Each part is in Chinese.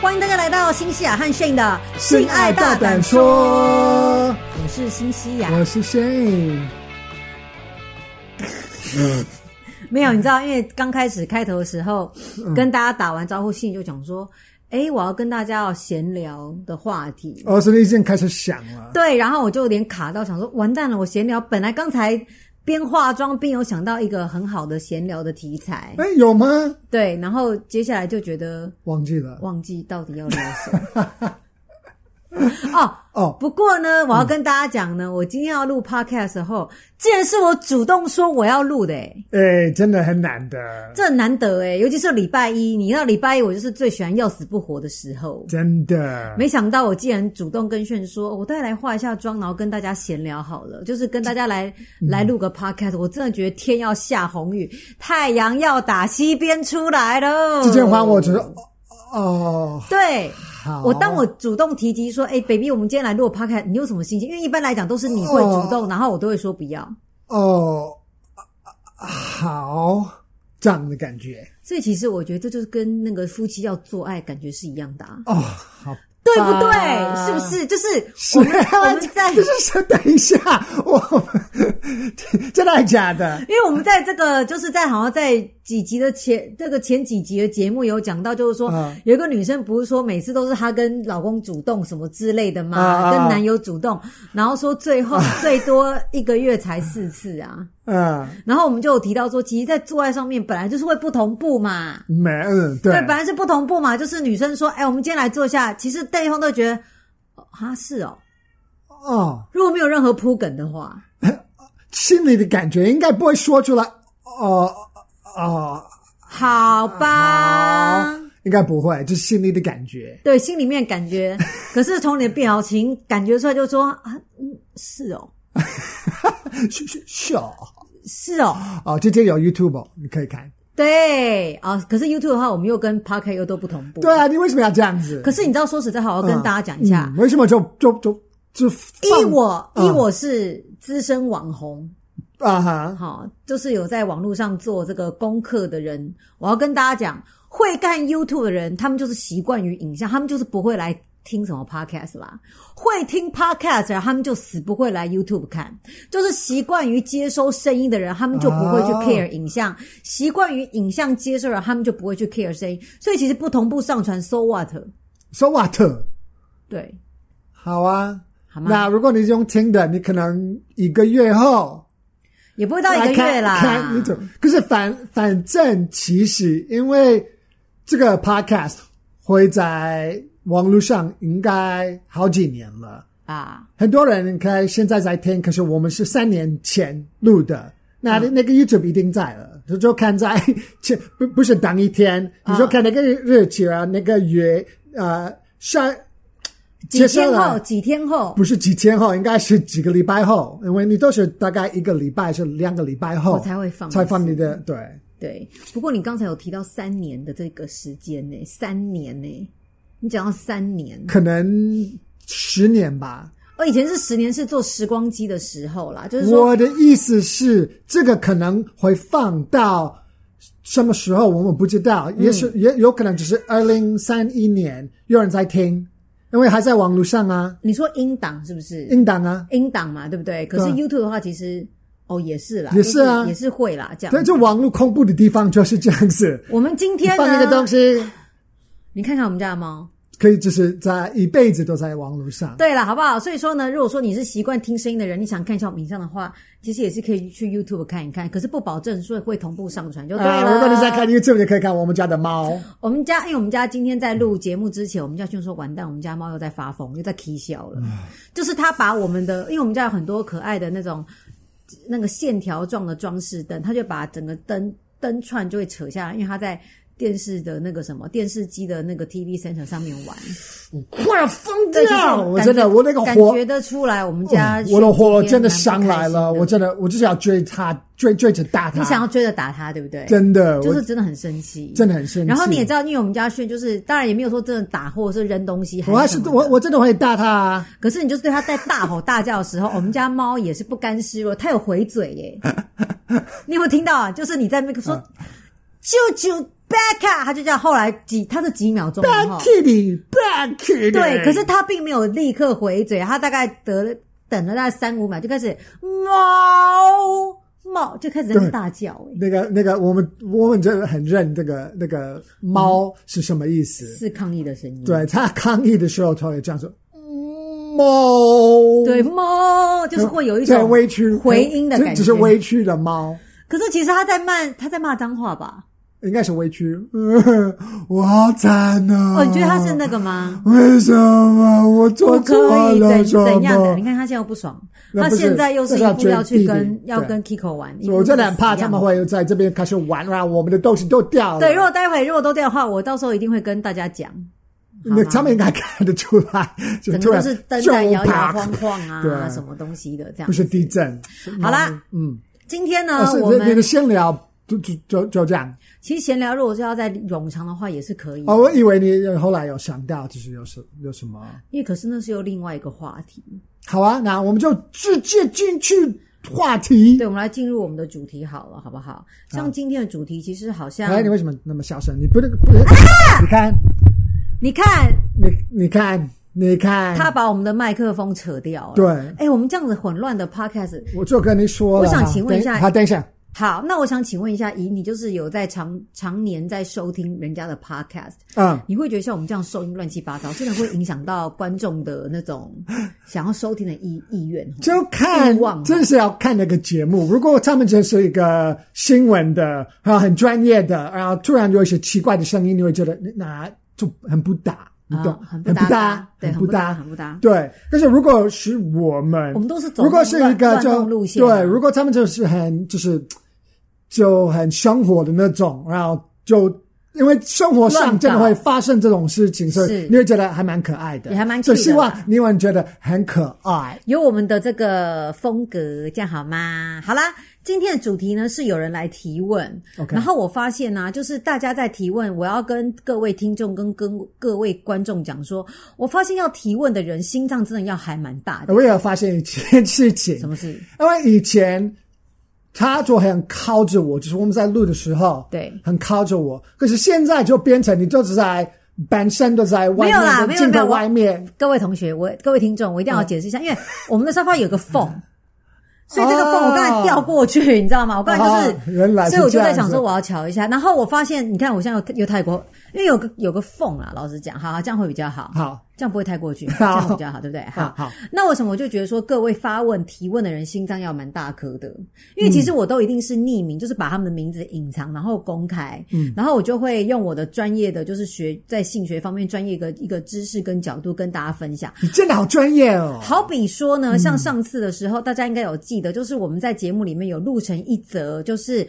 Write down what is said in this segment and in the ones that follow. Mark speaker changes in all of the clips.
Speaker 1: 欢迎大家来到新西亚和 Shane 的
Speaker 2: 性爱大胆，说，
Speaker 1: 我是新西亚。
Speaker 2: 我是 Shane。
Speaker 1: 没有，你知道，因为刚开始开头的时候，跟大家打完招呼，信就讲说，哎，我要跟大家要闲聊的话题。
Speaker 2: 哦，所以已经开始想了。
Speaker 1: 对，然后我就有点卡到，想说完蛋了，我闲聊本来刚才边化妆边有想到一个很好的闲聊的题 材，
Speaker 2: 哎，有吗？
Speaker 1: 对，然后接下来就觉得
Speaker 2: 忘记了。
Speaker 1: 忘记到底要聊什么。 哦，
Speaker 2: 哦，
Speaker 1: 不过呢，我要跟大家讲
Speaker 2: 嗯
Speaker 1: 呢，我今天要录 podcast 的时候，竟然是我主动说我要录的、诶
Speaker 2: 哎，真的很难的，
Speaker 1: 这很难得诶、尤其是礼拜一，你知道礼拜一我就是最喜欢要死不活的时候。
Speaker 2: 真的。
Speaker 1: 没想到我竟然主动跟炫说，哦我再来化一下妆，然后跟大家闲聊好了，就是跟大家来
Speaker 2: 嗯
Speaker 1: 来录个 podcast。我真的觉得天要下红雨，太阳要打西边出来了。
Speaker 2: 之前还我只是哦哦，
Speaker 1: 对。
Speaker 2: 好。
Speaker 1: 我当我主动提及说，哎、b a b y 我们今天来录 podcast，你有什么心情？因为一般来讲都是你会主动，然后我都会说不要，
Speaker 2: 哦啊好这样的感觉
Speaker 1: 所以其实我觉得这就是跟那个夫妻要做爱感觉是一样的、啊，
Speaker 2: 哦，好。
Speaker 1: 对不对？啊是不是？就是
Speaker 2: 是
Speaker 1: 我们我
Speaker 2: 啊，
Speaker 1: 们在
Speaker 2: 这。是等一下，我 真的还假的？
Speaker 1: 因为我们在这个，就是在好像在几集的前，这个前几集的节目有讲到，就是说、
Speaker 2: 嗯
Speaker 1: 有一个女生不是说每次都是她跟老公主动什么之类的嘛，
Speaker 2: 啊啊啊
Speaker 1: 跟男友主动，然后说最 后最多一个月才四次啊。
Speaker 2: 嗯，
Speaker 1: 然后我们就有提到说，其实，在做爱上面本来就是会不同步嘛，
Speaker 2: 没，嗯，对
Speaker 1: 对，本来是不同步嘛，就是女生说，哎，我们今天来做一下，其实对方都觉得，哦哈是哦，
Speaker 2: 哦，
Speaker 1: 如果没有任何铺梗的话，
Speaker 2: 心里的感觉应该不会说出来。哦哦，
Speaker 1: 好吧。
Speaker 2: 啊好，应该不会，就是心里的感觉。
Speaker 1: 对，心里面感 觉，可是从你的表情感觉出来，就说啊，嗯，是哦，
Speaker 2: 是是是哦，
Speaker 1: 是哦，
Speaker 2: 哦，这天有 YouTube，哦你可以看。
Speaker 1: 对啊、可是 YouTube 的话，我们又跟 p o c k e t 又都不同步。
Speaker 2: 对，啊，你为什么要这样子？
Speaker 1: 可是你知道，说实在话，我要跟大家讲一下哎
Speaker 2: 嗯，为什么就就就就放
Speaker 1: 依我依
Speaker 2: 嗯
Speaker 1: 我是资深网红，
Speaker 2: 啊哈？
Speaker 1: 哈、就是有在网络上做这个功课的人，我要跟大家讲，会看 YouTube 的人，他们就是习惯于影像，他们就是不会来。听什么 podcast 啦？会听 podcast 的人，他们就死不会来 YouTube 看。就是习惯于接收声音的人，他们就不会去
Speaker 2: 哦
Speaker 1: care 影像；习惯于影像接收的人，他们就不会去 care 声音。所以其实不同步上传，so what？
Speaker 2: So what？
Speaker 1: 对，
Speaker 2: 好啊，
Speaker 1: 好吗？
Speaker 2: 那如果你是用听的，你可能一个月后
Speaker 1: 也不会到一个月
Speaker 2: 来看看
Speaker 1: 啦
Speaker 2: 你。怎么可是反反正其实因为这个 podcast 会在网络上应该好几年了。
Speaker 1: 啊，
Speaker 2: 很多人应该现在在听，可是我们是三年前录的，
Speaker 1: 啊
Speaker 2: 那、那个 YouTube 一定在了，就就看在 前不不是当一天，你就看那个日日期啊，那个月呃上
Speaker 1: 几
Speaker 2: 接下
Speaker 1: 天
Speaker 2: 来
Speaker 1: 后，几天后，
Speaker 2: 不是几天后，应该是几个礼拜后，因为你都是大概一个礼拜是两个礼拜后
Speaker 1: 我才会放
Speaker 2: 才放你的对，
Speaker 1: 对，不过你刚才有提到三年的这个时间呢、三年呢、你讲到三年，哦
Speaker 2: 可能十年吧。
Speaker 1: 我以前是十年是做时光机的时候啦，就是说
Speaker 2: 我的意思是，这个可能会放到什么时候，我们不知道，也许
Speaker 1: 嗯
Speaker 2: 也有可能只是二零三一年有人在听，因为还在网络上啊，
Speaker 1: 你说音档是不是？
Speaker 2: 应当啊，
Speaker 1: 音档嘛，对不对？可是
Speaker 2: 对
Speaker 1: YouTube 的话，其实哦也是啦，
Speaker 2: 也是啊
Speaker 1: 就也是会啦，这样。
Speaker 2: 对，就网络恐怖的地方就是这样子，
Speaker 1: 我们今天
Speaker 2: 放一个东
Speaker 1: 呢，
Speaker 2: 西
Speaker 1: 你看看我们家的猫。
Speaker 2: 可以就是在一辈子都在网络上，
Speaker 1: 对了，好不好？所以说呢，如果说你是习惯听声音的人，你想看一下我们影像的话，其实也是可以去 YouTube 看一看，可是不保证说会同步上传就对了。
Speaker 2: 啊，如果你在看 YouTube，你可以看我们家的猫，
Speaker 1: 我们家，因为我们家今天在录节目之前，我们家就说完蛋，我们家猫又在发疯，又在 k 笑了。就是它把我们的，因为我们家有很多可爱的那种那个线条状的装饰灯，它就把整个灯灯串就会扯下来，因为它在电视的那个什么电视机的那个 TV center 上面玩。
Speaker 2: 快要疯
Speaker 1: 对，就是
Speaker 2: 掉！啊哎我
Speaker 1: 啊感觉
Speaker 2: 真的，我那个
Speaker 1: 感
Speaker 2: 火嗯哦
Speaker 1: 觉得出来，我们家
Speaker 2: 我的火
Speaker 1: 瞬间
Speaker 2: 真的
Speaker 1: 蛮不
Speaker 2: 上来
Speaker 1: 开
Speaker 2: 了，
Speaker 1: 心的
Speaker 2: 我真的，我就是要追他，追追着打他。
Speaker 1: 你想要追着打它，对不对？
Speaker 2: 真的，
Speaker 1: 就
Speaker 2: 我
Speaker 1: 是真的很生气，
Speaker 2: 真的很生气。
Speaker 1: 然后你也知道，因为我们家炫就是，当然也没有说真的打或者是扔东西，
Speaker 2: 我还
Speaker 1: 什
Speaker 2: 是
Speaker 1: 么的
Speaker 2: 我我真的会打他啊！
Speaker 1: 可是你就是对它在大吼大叫的时候，我们家猫也是不甘示弱，
Speaker 2: 嗯
Speaker 1: 它有回嘴耶。你有没有听到啊？就是你在那个说“舅舅 Becca，他就这样。后来几他是几秒钟以后
Speaker 2: Bad Kitty，Bad Kitty。
Speaker 1: 对，可是他并没有立刻回嘴，他大概得了等了大概三五秒，就开始猫猫就开始在那边大叫、欸，
Speaker 2: 那个那个，我们我们真的很认这个那个
Speaker 1: 嗯
Speaker 2: 猫是什么意思。
Speaker 1: 是抗议的声音。
Speaker 2: 对他抗议的时候，他也这样说：“猫。”
Speaker 1: 嗯对，猫就是会有一
Speaker 2: 嗯对
Speaker 1: 种
Speaker 2: 委屈
Speaker 1: 回音的
Speaker 2: 这
Speaker 1: 感觉。
Speaker 2: 只是委屈的猫，
Speaker 1: 可是其实他在骂他在骂脏话吧？
Speaker 2: 应该是委 屈。嗯我好惨啊！
Speaker 1: 哦，你觉得他是那个吗？
Speaker 2: 为什么我做
Speaker 1: 我可
Speaker 2: 错
Speaker 1: 以
Speaker 2: 了
Speaker 1: 怎
Speaker 2: 什
Speaker 1: 怎样的？
Speaker 2: 么
Speaker 1: 你？看他现在又不爽，
Speaker 2: 那
Speaker 1: 他
Speaker 2: 不是
Speaker 1: 现在又是
Speaker 2: 那
Speaker 1: 一
Speaker 2: 是
Speaker 1: 副
Speaker 2: 他
Speaker 1: 要去
Speaker 2: 追
Speaker 1: 跟
Speaker 2: 弟弟
Speaker 1: 要
Speaker 2: 对
Speaker 1: 跟 Kiko 玩，
Speaker 2: 我真的很怕
Speaker 1: 一副
Speaker 2: 他
Speaker 1: 死样
Speaker 2: 们会在这边开始玩，然后我们的东西都掉了。
Speaker 1: 对，如果待会如果都掉的话，我到时候一定会跟大家讲。好
Speaker 2: 那
Speaker 1: 吗
Speaker 2: 他们应该看得出来，就
Speaker 1: 整
Speaker 2: 突
Speaker 1: 个都
Speaker 2: 然
Speaker 1: 是灯在摇摇
Speaker 2: 就啪
Speaker 1: 晃晃啊，
Speaker 2: 对
Speaker 1: 什么东西的这样
Speaker 2: 不。是地震。
Speaker 1: 好啦，
Speaker 2: 嗯，
Speaker 1: 今天呢
Speaker 2: 但，是
Speaker 1: 啊我
Speaker 2: 那那个
Speaker 1: 们
Speaker 2: 闲聊就就就就这样。
Speaker 1: 其实闲聊，如果是要在冗长的话，也是可以的，
Speaker 2: 哦，我以为你后来有想到，就是有什有什么。
Speaker 1: 因为可是那是有另外一个话题。
Speaker 2: 好啊，那我们就直接进去话题
Speaker 1: 对，。我们来进入我们的主题好了，好不好？像今天的主题，其实好像
Speaker 2: 哎，你为什么那么小声？你不能不能？
Speaker 1: 啊
Speaker 2: 你看，
Speaker 1: 你看
Speaker 2: 你你看，你看，
Speaker 1: 他把我们的麦克风扯掉了。
Speaker 2: 对
Speaker 1: 哎，我们这样子混乱的 podcast，
Speaker 2: 我就跟你说
Speaker 1: 我
Speaker 2: 了
Speaker 1: 想
Speaker 2: 哈
Speaker 1: 请问一下
Speaker 2: 等好，等一下，
Speaker 1: 好，那我想请问一下，以你就是有在常常年在收听人家的 podcast，
Speaker 2: 嗯，
Speaker 1: 你会觉得像我们这样收音乱七八糟，真的会影响到观众的那 种想要收听的意意愿哦？
Speaker 2: 就看
Speaker 1: 欲望嘛，
Speaker 2: 真是要看那个节目。如果他们真是一个新闻的，然后很专业的，然后突然有一些奇怪的声音，你会觉得那就很不搭，你懂？
Speaker 1: 啊很不
Speaker 2: 很
Speaker 1: 搭
Speaker 2: 搭
Speaker 1: 嘎，对，不
Speaker 2: 不
Speaker 1: 搭，很不搭。
Speaker 2: 对，但是如果是我们，
Speaker 1: 我们都是走
Speaker 2: 如果是一
Speaker 1: 乱
Speaker 2: 个
Speaker 1: 乱
Speaker 2: 就
Speaker 1: 动路线啊
Speaker 2: 对，如果他们就是很就是就很生活的那种，然后就因为生活
Speaker 1: 乱搞
Speaker 2: 上真的会发生这种事情，所
Speaker 1: 是
Speaker 2: 以你会觉得还蛮可爱的，
Speaker 1: 也还蛮 cute
Speaker 2: 就
Speaker 1: 的
Speaker 2: 希望
Speaker 1: 啦
Speaker 2: 你们觉得很可爱。
Speaker 1: 有我们的这个风格，这样好吗？好啦，今天的主题呢是有人来提问
Speaker 2: OK
Speaker 1: 然后我发现呢、就是大家在提问，我要跟各位听众跟跟各位观众讲说，我发现要提问的人心脏真的要还蛮大的。
Speaker 2: 我也有发现一件事情，
Speaker 1: 什么事？
Speaker 2: 因为以前他就很靠着我，就是我们在录的时候，
Speaker 1: 对
Speaker 2: 很靠着我。可是现在就变成你就只在本身都在外
Speaker 1: 没有啦
Speaker 2: 面，
Speaker 1: 没有
Speaker 2: 进
Speaker 1: 没有
Speaker 2: 到
Speaker 1: 我
Speaker 2: 外面，
Speaker 1: 各位同学，我各位听众，我一定
Speaker 2: Oh
Speaker 1: 要解释一下，因为我们的沙发有个 缝，所以这个缝我刚才掉过去，你知道吗？我刚才
Speaker 2: 啊
Speaker 1: 就是，
Speaker 2: 原来是
Speaker 1: 所以我就
Speaker 2: 这样
Speaker 1: 在
Speaker 2: 子
Speaker 1: 想说我要瞧一下，然后我发现，你看我现在又又太过，因为有个有个缝啦，老实讲，好，这样会比较好，
Speaker 2: 好，
Speaker 1: 这样不会太过 去，这
Speaker 2: 好
Speaker 1: 样会比较好，对不对？好，
Speaker 2: 好好
Speaker 1: 那为什么我就觉得说各位发问提问的人心脏要蛮大颗的？因为其实我都一定是匿名，就是把他们的名字隐藏，然后公开，嗯，然后我就会用我的专业的，就是学在性学方面专业一个一个知识跟角度跟大家分享。
Speaker 2: 你真的好专业哦。
Speaker 1: 好嗯比说呢，像上次的时候，大家应该有记得，就是我们在节目里面有录成一则，就是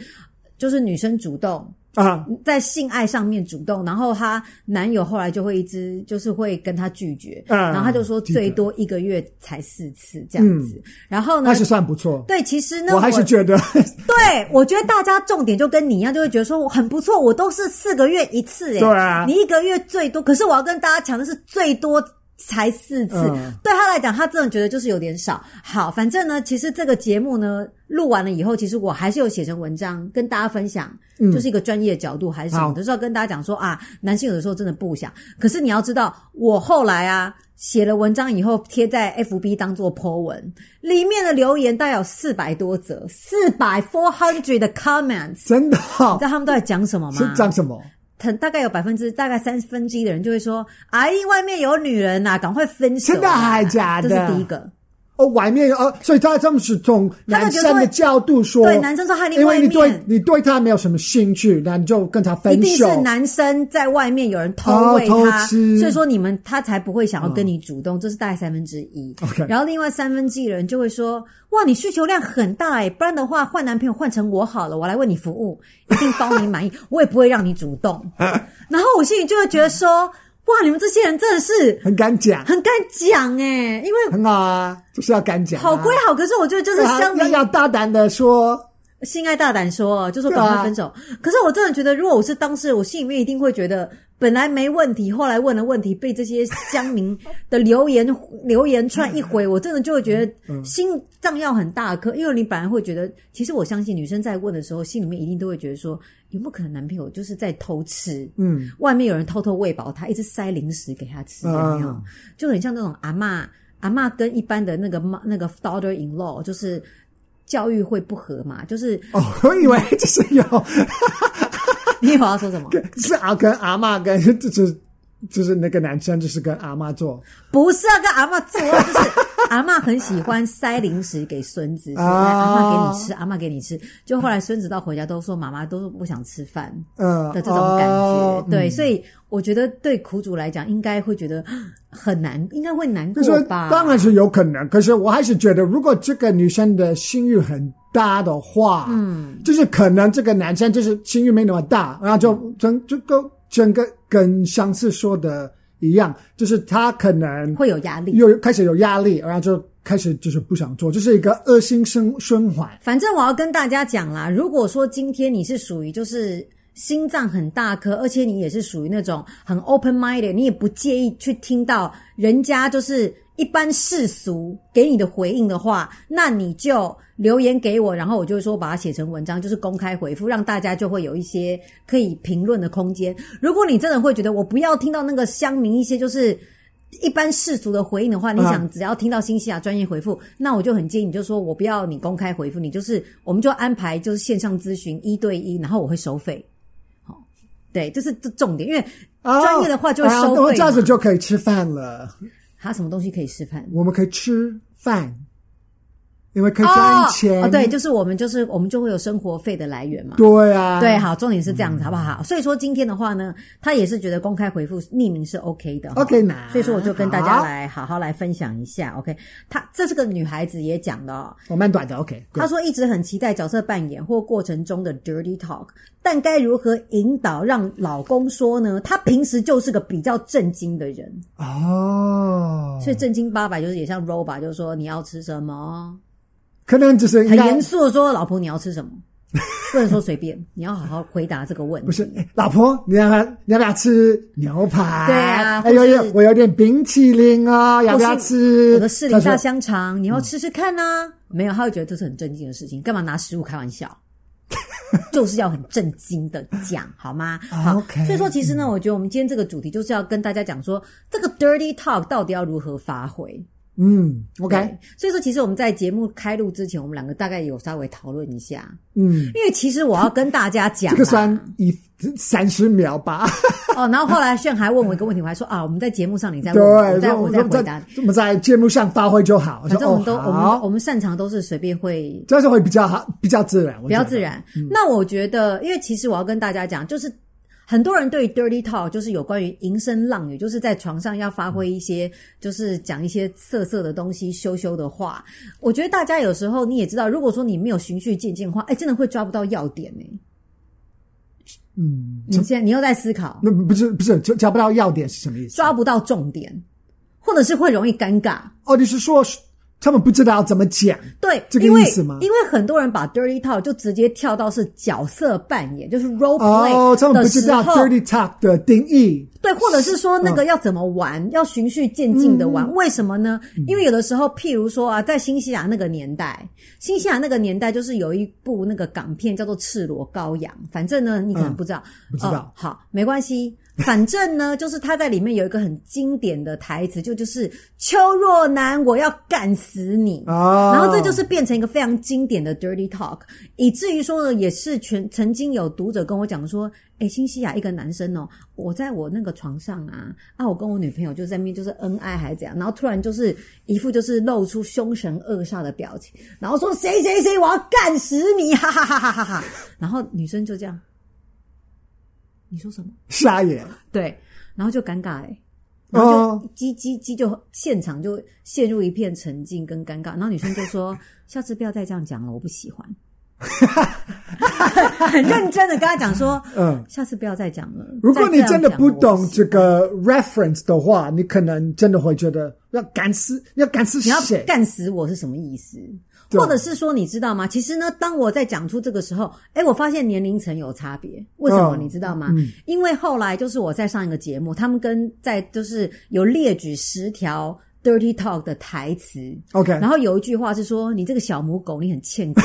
Speaker 1: 就是女生主动
Speaker 2: 啊，
Speaker 1: 在性爱上面主动，然后她男友后来就会一直就是会跟她拒绝，
Speaker 2: 嗯
Speaker 1: 然后她就说
Speaker 2: 记得
Speaker 1: 最多一个月才四次这样子。然后呢
Speaker 2: 那，嗯是算不错。
Speaker 1: 对，其实呢，
Speaker 2: 我还是觉得
Speaker 1: 对，我觉得大家重点就跟你一样，就会觉得说我哦很不错，我都是四个月一次、欸，
Speaker 2: 对啊
Speaker 1: 你一个月最多，可是我要跟大家讲的是最多。才四次，
Speaker 2: 嗯
Speaker 1: 对他来讲，他真的觉得就是有点少。好，反正呢，其实这个节目呢录完了以后，其实我还是有写成文章跟大家分享，
Speaker 2: 嗯
Speaker 1: 就是一个专业的角度还是什么
Speaker 2: 好
Speaker 1: 的，就是要跟大家讲说啊，男性有的时候真的不想。可是你要知道，我后来啊写了文章以后贴在 FB 当做 po 文，里面的留言大概有四百多则，四百 four hundred 的 comments，
Speaker 2: 真的
Speaker 1: 你知道他们都在讲什么
Speaker 2: 是
Speaker 1: 吗？
Speaker 2: 讲什么？
Speaker 1: 他大概有百分之大概三分之一的人就会说：“哎，外面有女人呐、赶快分手、啊！”
Speaker 2: 真的还假的
Speaker 1: 这是第一个。
Speaker 2: 哦，外面哦，所以他他们是从
Speaker 1: 他们
Speaker 2: 男
Speaker 1: 觉得
Speaker 2: 生的角度说，
Speaker 1: 对男生说他另
Speaker 2: 因
Speaker 1: 外一
Speaker 2: 为你对
Speaker 1: 面
Speaker 2: 你对他没有什么兴趣，那你就跟他
Speaker 1: 一
Speaker 2: 分
Speaker 1: 定
Speaker 2: 手
Speaker 1: 是。男生在外面有人偷喂
Speaker 2: 哦偷
Speaker 1: 他，
Speaker 2: 吃哦
Speaker 1: 所以说你们他才不会想要跟你主动，这是大概三分之一。
Speaker 2: OK
Speaker 1: 然后另外三分之一的人就会说：“哇，你需求量很大哎、不然的话换男朋友换成我好了，我来为你服务，一定包你满意， 我也不会让你主动。”然后我心里就会觉得说：“哇，你们这些人真的是
Speaker 2: 很敢讲，
Speaker 1: 很敢讲哎、因为
Speaker 2: 很好啊，就是要敢讲啊、
Speaker 1: 好归好，可是我觉得就是
Speaker 2: 啊
Speaker 1: 相比
Speaker 2: 要要大胆的说，
Speaker 1: 性爱大胆说，就说赶
Speaker 2: 啊
Speaker 1: 快分手。可是我真的觉得，如果我是当事人，我心里面一定会觉得，本来没问题，后来问了问题，被这些乡民的留言留言串一
Speaker 2: 嗯
Speaker 1: 回，我真的就会觉得心脏要很大颗，因为你本来会觉得，其实我相信女生在问的时候，心里面一定都会觉得说，有没有可能男朋友就是在偷吃？
Speaker 2: 嗯，
Speaker 1: 外面有人偷偷喂饱他，一直塞零食给他吃，有没有
Speaker 2: 嗯？
Speaker 1: 就很像那种阿嬷阿嬷跟一般的那个妈那个 daughter in law，就是教育会不合嘛，就是
Speaker 2: 哦，我以为 就是有
Speaker 1: 你以为我要说 什么？
Speaker 2: 是阿跟阿嬷跟就是就是那个男生就是跟阿嬷做
Speaker 1: 不是啊要跟阿嬷做，就是 阿嬷很喜欢塞零食给孙子，说
Speaker 2: 啊
Speaker 1: 来阿嬷给你吃，阿嬷给你吃。就后来孙子到回家都说妈妈都说不想吃饭
Speaker 2: 嗯
Speaker 1: 的这种感觉，
Speaker 2: 哦
Speaker 1: 对，所以我觉得对苦主来讲，应该会觉得 很难，应该会难
Speaker 2: 就说
Speaker 1: 过吧？
Speaker 2: 当然是有可能，可是我还是觉得，如果这个女生的性欲很大的话，嗯，就是可能这个男生就是性欲没那么大，然后就
Speaker 1: 嗯
Speaker 2: 整就跟整个跟上次说的一样，就是他可能
Speaker 1: 会有压力。
Speaker 2: 又开始有压力，然后就开始就是不想做，就是一个恶性循循环。
Speaker 1: 反正我要跟大家讲啦，如果说今天你是属于就是。心脏很大颗，而且你也是属于那种很 open minded，你也不介意去听到人家就是一般世俗给你的回应的话，那你就留言给我，然后我就说把它写成文章，就是公开回复，让大家就会有一些可以评论的空间。如果你真的会觉得我不要听到那个乡民一些就是一般世俗的回应的话，你
Speaker 2: 嗯
Speaker 1: 想只要听到新西亚专业回复，那我就很建议你就说我不要你公开回复，你就是我们就安排就是线上咨询一对一，然后我会收费。好，对，这是这重点，因为
Speaker 2: 哦
Speaker 1: 专业的话就会
Speaker 2: 然
Speaker 1: 收
Speaker 2: 后
Speaker 1: 费嘛
Speaker 2: 这样子就可以吃饭了，
Speaker 1: 他什么东西可以示范。
Speaker 2: 我们可以吃饭，因为可以
Speaker 1: 哦
Speaker 2: 赚钱。
Speaker 1: 哦，对，就是我们就是我们就会有生活费的来源嘛。
Speaker 2: 对啊，
Speaker 1: 对，好，重点是这样子，好不好？所以说今天的话呢，他也是觉得公开回复匿名是 OK 的哈
Speaker 2: ，OK 拿。
Speaker 1: 所以说我就跟大家
Speaker 2: 好，
Speaker 1: 来好好来分享一下，OK？她这是个女孩子也讲的、哦，
Speaker 2: 我蛮短的，OK 对。
Speaker 1: 她说一直很期待角色扮演或过程中的 dirty talk，但该如何引导让老公说呢？她平时就是个比较正经的人，
Speaker 2: 哦，
Speaker 1: 所以正经八百就是也像 Roba，就是说你要吃什么，
Speaker 2: 可能只是应
Speaker 1: 很
Speaker 2: 该
Speaker 1: 严肃的说，老婆你要吃什么，不能说随便，你要好好回答这个问题。
Speaker 2: 不是，哎老婆，你要不要你要不要吃牛排？
Speaker 1: 对啊
Speaker 2: 哎
Speaker 1: 或
Speaker 2: 有
Speaker 1: 是
Speaker 2: 有我有点冰淇淋哦，要不要吃？
Speaker 1: 我的士林大
Speaker 2: 他说嗯
Speaker 1: 香肠，你要吃吃看呐、没有，他会觉得这是很正经的事情，干嘛拿食物开玩 笑？就是要很正经的讲，好吗？好
Speaker 2: 啊 OK 嗯
Speaker 1: 所以说，其实呢，我觉得我们今天这个主题就是要跟大家讲说，这个 dirty talk 到底要如何发挥。
Speaker 2: 嗯，OK，
Speaker 1: 对所以说，其实我们在节目开录之前，我们两个大概有稍微讨论一下，
Speaker 2: 嗯，
Speaker 1: 因为其实我要跟大家讲啊，
Speaker 2: 这个算一三十秒吧。
Speaker 1: 哦。然后后来炫还问我一个问题，我还说啊，我们在节目上你再 问我，我
Speaker 2: 对，
Speaker 1: 再
Speaker 2: 让
Speaker 1: 我
Speaker 2: 我
Speaker 1: 再
Speaker 2: 们
Speaker 1: 回答
Speaker 2: 在
Speaker 1: 你。
Speaker 2: 我们在节目上发挥就好。我
Speaker 1: 反
Speaker 2: 说
Speaker 1: 正我们都、
Speaker 2: 哦
Speaker 1: 我们
Speaker 2: 好
Speaker 1: 我们擅长都是随便会
Speaker 2: 这样子会比较好，比较自然，我嗯
Speaker 1: 比较
Speaker 2: 觉得
Speaker 1: 自。然。那我觉得，因为其实我要跟大家讲，就是很多人对于 dirty talk 就是有关于淫声浪语，就是在床上要发挥一
Speaker 2: 嗯
Speaker 1: 些，就是讲一些色色的东西、羞羞的话。我觉得大家有时候你也知道，如果说你没有循序渐进的话，哎，真的会抓不到要点呢、
Speaker 2: 嗯，
Speaker 1: 你现在你又在思考，
Speaker 2: 那不是不是，就找不到要点是什么意思？
Speaker 1: 抓不到重点，或者是会容易尴尬。
Speaker 2: 哦，你是说他们不知道怎么讲？
Speaker 1: 对，
Speaker 2: 这个
Speaker 1: 因为
Speaker 2: 意思吗
Speaker 1: 因为很多人把 dirty talk 就直接跳到是角色扮演，就是 role
Speaker 2: 哦，他
Speaker 1: play
Speaker 2: 们
Speaker 1: 的
Speaker 2: 不知
Speaker 1: 时
Speaker 2: 道
Speaker 1: 候，
Speaker 2: dirty talk 的定义。
Speaker 1: 对，或者是说那
Speaker 2: 嗯
Speaker 1: 个要怎么玩，要循序渐进的玩。为什么呢？
Speaker 2: 嗯
Speaker 1: 因为有的时候，譬如说啊，在新西兰那个年代，新西兰那个年代就是有一部那个港片叫做《赤裸羔羊》，反正呢，你可能不知道，
Speaker 2: 嗯不知道
Speaker 1: 哦好，没关系。反正呢， 就是他在里面有一个很经典的台词，就就是邱若男，我要干死你。
Speaker 2: 哦，
Speaker 1: 然后这就是变成一个非常经典的 dirty talk，以至于说呢，也是全曾经有读者跟我讲说，哎，新西亚一个男生哦，我在我那个床上啊，啊，我跟我女朋友就在面就是恩爱还是怎样，然后突然就是一副就是露出凶神恶煞的表情，然后说谁谁谁我要干死你，哈哈哈哈哈哈，然后女生就这样，你说什么？
Speaker 2: 傻眼。
Speaker 1: 对，然后就尴尬哎、欸，然后
Speaker 2: 哦
Speaker 1: 就叽叽叽就现场就陷入一片沉静跟尴尬，然后女生就 说：“下次不要再这样讲了，我不喜欢。” 很认真的跟他讲 说：“
Speaker 2: 嗯
Speaker 1: 下次不要再讲了。”
Speaker 2: 如果你真的不懂
Speaker 1: 这
Speaker 2: 这个 reference 的话，你可能真的会觉得要干死，要干死
Speaker 1: 你要
Speaker 2: 谁？
Speaker 1: 干死我是什么意思？
Speaker 2: 对
Speaker 1: 或者是说，你知道吗？其实呢，当我在讲出这个时候，哎，我发现年龄层有差别，为什么、
Speaker 2: 哦
Speaker 1: 你知道吗？因为后来就是我在上一个节目，他们跟在就是有列举十条 dirty talk 的台词，
Speaker 2: OK，
Speaker 1: 然后有一句话是说：“你这个小母狗，你很欠干。”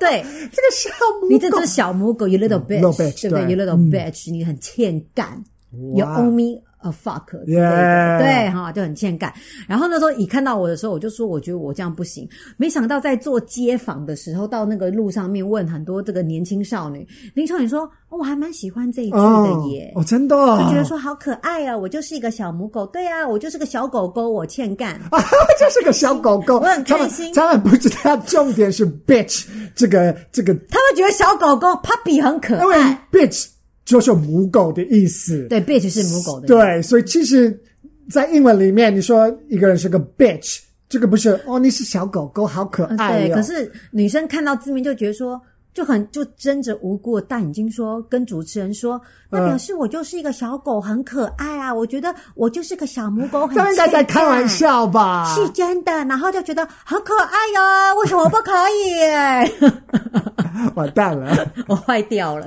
Speaker 1: 对
Speaker 2: 这个小母
Speaker 1: 你这只小母狗，you little bitch，,、
Speaker 2: 嗯 little bitch，
Speaker 1: 对不
Speaker 2: 对嗯
Speaker 1: 对？you little bitch，、你很欠干，you owe me a fuck，之类的
Speaker 2: Yeah
Speaker 1: 对哈，就很欠干。然后那时候你看到我的时候，我就说我觉得我这样不行。没想到在做街访的时候，到那个路上面问很多这个年轻少女，林少女说：“哦，我还蛮喜欢这一句的
Speaker 2: 哦
Speaker 1: 耶。
Speaker 2: 哦，真的哦，
Speaker 1: 就觉 得说好可爱啊！我就是一个小母狗，对啊，我就是个小狗狗，我欠干。
Speaker 2: 啊，就是个小狗狗，
Speaker 1: 我很
Speaker 2: 他们
Speaker 1: 开心
Speaker 2: 他们不知道重点是 bitch 这个这个，
Speaker 1: 他们觉得小狗狗 puppy 很可
Speaker 2: 因为
Speaker 1: 爱，
Speaker 2: bitch 就是母狗的意思，
Speaker 1: 对，bitch 是母狗的意思。
Speaker 2: 对，所以其实，在英文里面，你说一个人是个 bitch，这个不是哦，你是小狗狗，好可爱
Speaker 1: 呃对，
Speaker 2: 哟、
Speaker 1: 可是女生看到字面就觉得说，就很就睁着无辜的大眼睛说，跟主持人说，那
Speaker 2: 嗯
Speaker 1: 表示我就是一个小狗，很可爱啊，我觉得我就是个小母狗，很
Speaker 2: 他们应该在
Speaker 1: 亲
Speaker 2: 开
Speaker 1: 爱
Speaker 2: 玩。笑啊吧？
Speaker 1: 是真的，然后就觉得好可爱哟、为什么不可以？
Speaker 2: 完蛋了，
Speaker 1: 我坏掉了。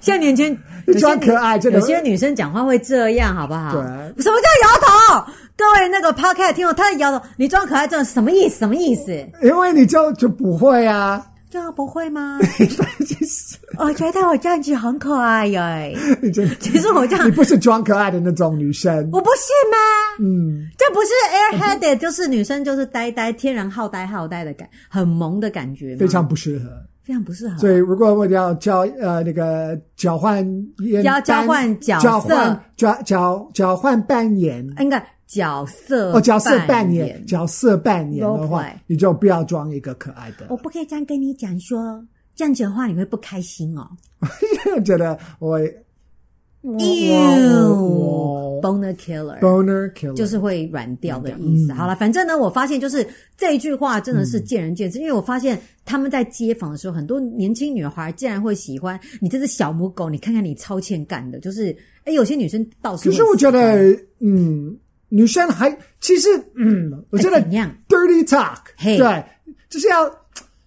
Speaker 1: 现在年轻， 有
Speaker 2: 你
Speaker 1: 些
Speaker 2: 装可
Speaker 1: 女
Speaker 2: 爱真的
Speaker 1: 有些女生讲话会这样，好不好？
Speaker 2: 对
Speaker 1: 什么叫摇头？各位那个 podcast 听众，他的摇头，你装可爱这种什么意思？什么意思？
Speaker 2: 因为你就就不会啊，
Speaker 1: 这样不会吗？
Speaker 2: 就是
Speaker 1: 我哦觉得我这样子很可爱 耶。
Speaker 2: 你真的
Speaker 1: 其实我这样
Speaker 2: 你，不是装可爱的那种女生，
Speaker 1: 我不是吗？嗯，这不是 airheaded，就是女生就是呆呆，天然好呆好呆的感，很萌的感觉吗，
Speaker 2: 非常不适合。
Speaker 1: 非常不适合。
Speaker 2: 所以，如果我要交呃那个交换演
Speaker 1: 要交
Speaker 2: 扮
Speaker 1: 换角
Speaker 2: 交
Speaker 1: 色
Speaker 2: 换交交交换扮演
Speaker 1: 啊应该角色
Speaker 2: 哦，角色扮
Speaker 1: 扮
Speaker 2: 演角色扮演的
Speaker 1: Role
Speaker 2: 话
Speaker 1: play，
Speaker 2: 你就不要装一个可爱的
Speaker 1: 我。不可以这样跟你讲说，这样子的话你会不开心哦。
Speaker 2: 我觉得我我
Speaker 1: Ew,
Speaker 2: 我
Speaker 1: boner killer。
Speaker 2: boner killer
Speaker 1: 就是会软掉的意
Speaker 2: 嗯
Speaker 1: 思。好了，反正呢，我发现就是这一句话真的是见仁
Speaker 2: 嗯
Speaker 1: 见智，因为我发现他们在街访的时候，很多年轻女孩竟然会喜欢你这只小母狗，你看看你超欠干的，就是哎，有些女生倒是
Speaker 2: 可
Speaker 1: 会喜
Speaker 2: 是
Speaker 1: 欢，
Speaker 2: 我觉得，嗯，女生还其实，嗯，我觉得
Speaker 1: 哎怎样
Speaker 2: dirty talk，
Speaker 1: 嘿
Speaker 2: 对，就是要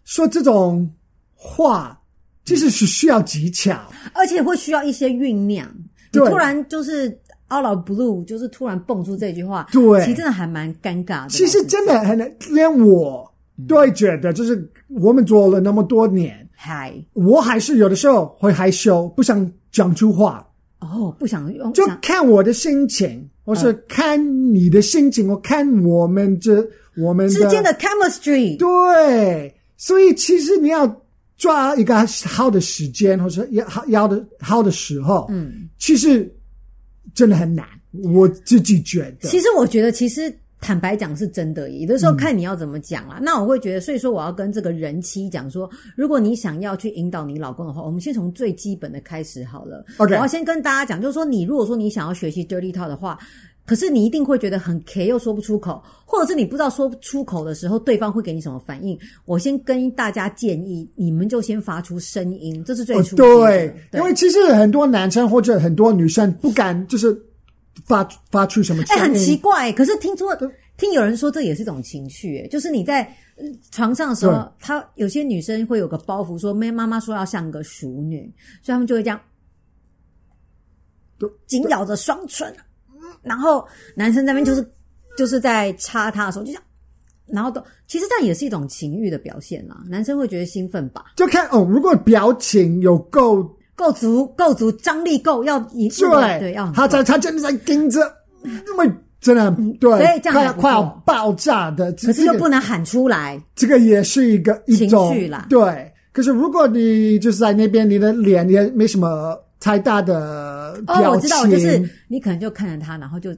Speaker 2: 说这种话，其实是需要技巧。
Speaker 1: 而且会需要一些酝酿，你
Speaker 2: 对
Speaker 1: 突然就是 out of blue，就是突然蹦出这句话，
Speaker 2: 对
Speaker 1: 其实真的还蛮尴尬的。
Speaker 2: 其实真的很难，连我都会觉得，就是我们做了那么多年，
Speaker 1: 嗨
Speaker 2: 我还是有的时候会害羞，不想讲出话，
Speaker 1: 哦，不想用
Speaker 2: 就
Speaker 1: 想嗯
Speaker 2: 看我的心情，或是看你的心情，我看我们这我们
Speaker 1: 之间的 chemistry，
Speaker 2: 对，所以其实你要抓一个好的时间，或者要好要的好的时候，嗯，其实真的很难，我自己觉得。
Speaker 1: 其实我觉得，其实坦白讲是真的耶，有的时候看你要怎么讲啦。那我会觉得，所以说我要跟这个人妻讲说，如果你想要去引导你老公的话，我们先从最基本的开始好了。
Speaker 2: OK
Speaker 1: 我要先跟大家讲，就是说你如果说你想要学习 dirty talk 的话。可是你一定会觉得很 K 又说不出口，或者是你不知道说出口的时候，对方会给你什么反应。我先跟大家建议，你们就先发出声音，这是最
Speaker 2: 哦
Speaker 1: 初级的、
Speaker 2: 对，因为其实很多男生或者很多女生不敢，就是发发出什么
Speaker 1: 哎、
Speaker 2: 声
Speaker 1: 很
Speaker 2: 音，
Speaker 1: 奇怪、可是听说听有人说这也是一种情绪、哎就是你在呃床上的时候
Speaker 2: 对，
Speaker 1: 她有些女生会有个包袱说妹妈妈说要像个熟女，所以她们就会这样
Speaker 2: 对
Speaker 1: 紧咬着双唇，嗯然后男生在那边就是就是在插她的时候就这样，然后都其实这样也是一种情欲的表现啦，男生会觉得兴奋吧。
Speaker 2: 就看哦，如果表情有够，
Speaker 1: 够足，够足，张力够，要以
Speaker 2: 对，
Speaker 1: 对，要很嗯
Speaker 2: 他在他真的在盯着，因为真的很对，
Speaker 1: 对这样
Speaker 2: 快
Speaker 1: 还
Speaker 2: 要
Speaker 1: 不
Speaker 2: 快要
Speaker 1: 错
Speaker 2: 爆炸的，
Speaker 1: 可
Speaker 2: 可
Speaker 1: 是又不能喊出来，
Speaker 2: 这个也是一个一种
Speaker 1: 情绪啦
Speaker 2: 对。可是如果你就是在那边，你的脸也没什么太大的表情，
Speaker 1: 哦，我知道，就是你可能就看着他，然后就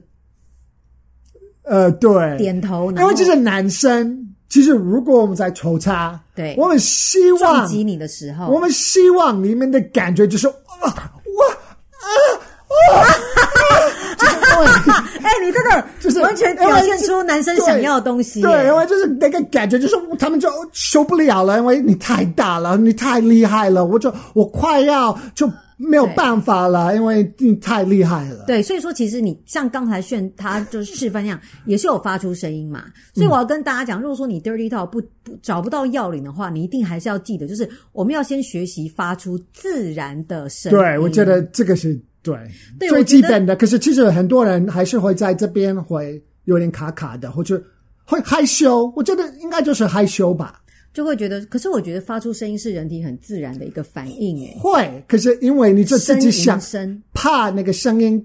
Speaker 2: 呃，对，
Speaker 1: 点头，然
Speaker 2: 因
Speaker 1: 后
Speaker 2: 为这是男生。其实如果我们在抽插，
Speaker 1: 对
Speaker 2: 我们希
Speaker 1: 撞哦
Speaker 2: 望
Speaker 1: 击你的时候，
Speaker 2: 我们希望你们的感觉就是哇哇啊啊！
Speaker 1: 哎、你真的
Speaker 2: 就是
Speaker 1: 完全表现出男生想要的东西耶。
Speaker 2: 对，对因为就是那个感觉，就是他们就受不了了，因为你太大了，你太厉害了，我就我快要就没有办法了，因为你太厉害了。
Speaker 1: 对，所以说其实你像刚才炫他就是示范那样，也是有发出声音嘛。所以我要跟大家讲，如果说你 dirty talk 不不找不到要领的话，你一定还是要记得，就是我们要先学习发出自然的声音。
Speaker 2: 对，我觉得这个是对
Speaker 1: 对我觉
Speaker 2: 最基
Speaker 1: 得
Speaker 2: 本的。可是其实很多人还是会在这边会有点卡卡的，或者会害羞。我觉得应该就是害羞吧。
Speaker 1: 就会觉得，可是我觉得发出声音是人体很自然的一个反应，哎，
Speaker 2: 会，可是因为你就自
Speaker 1: 呻
Speaker 2: 己
Speaker 1: 吟
Speaker 2: 想
Speaker 1: 声。
Speaker 2: 怕那个声音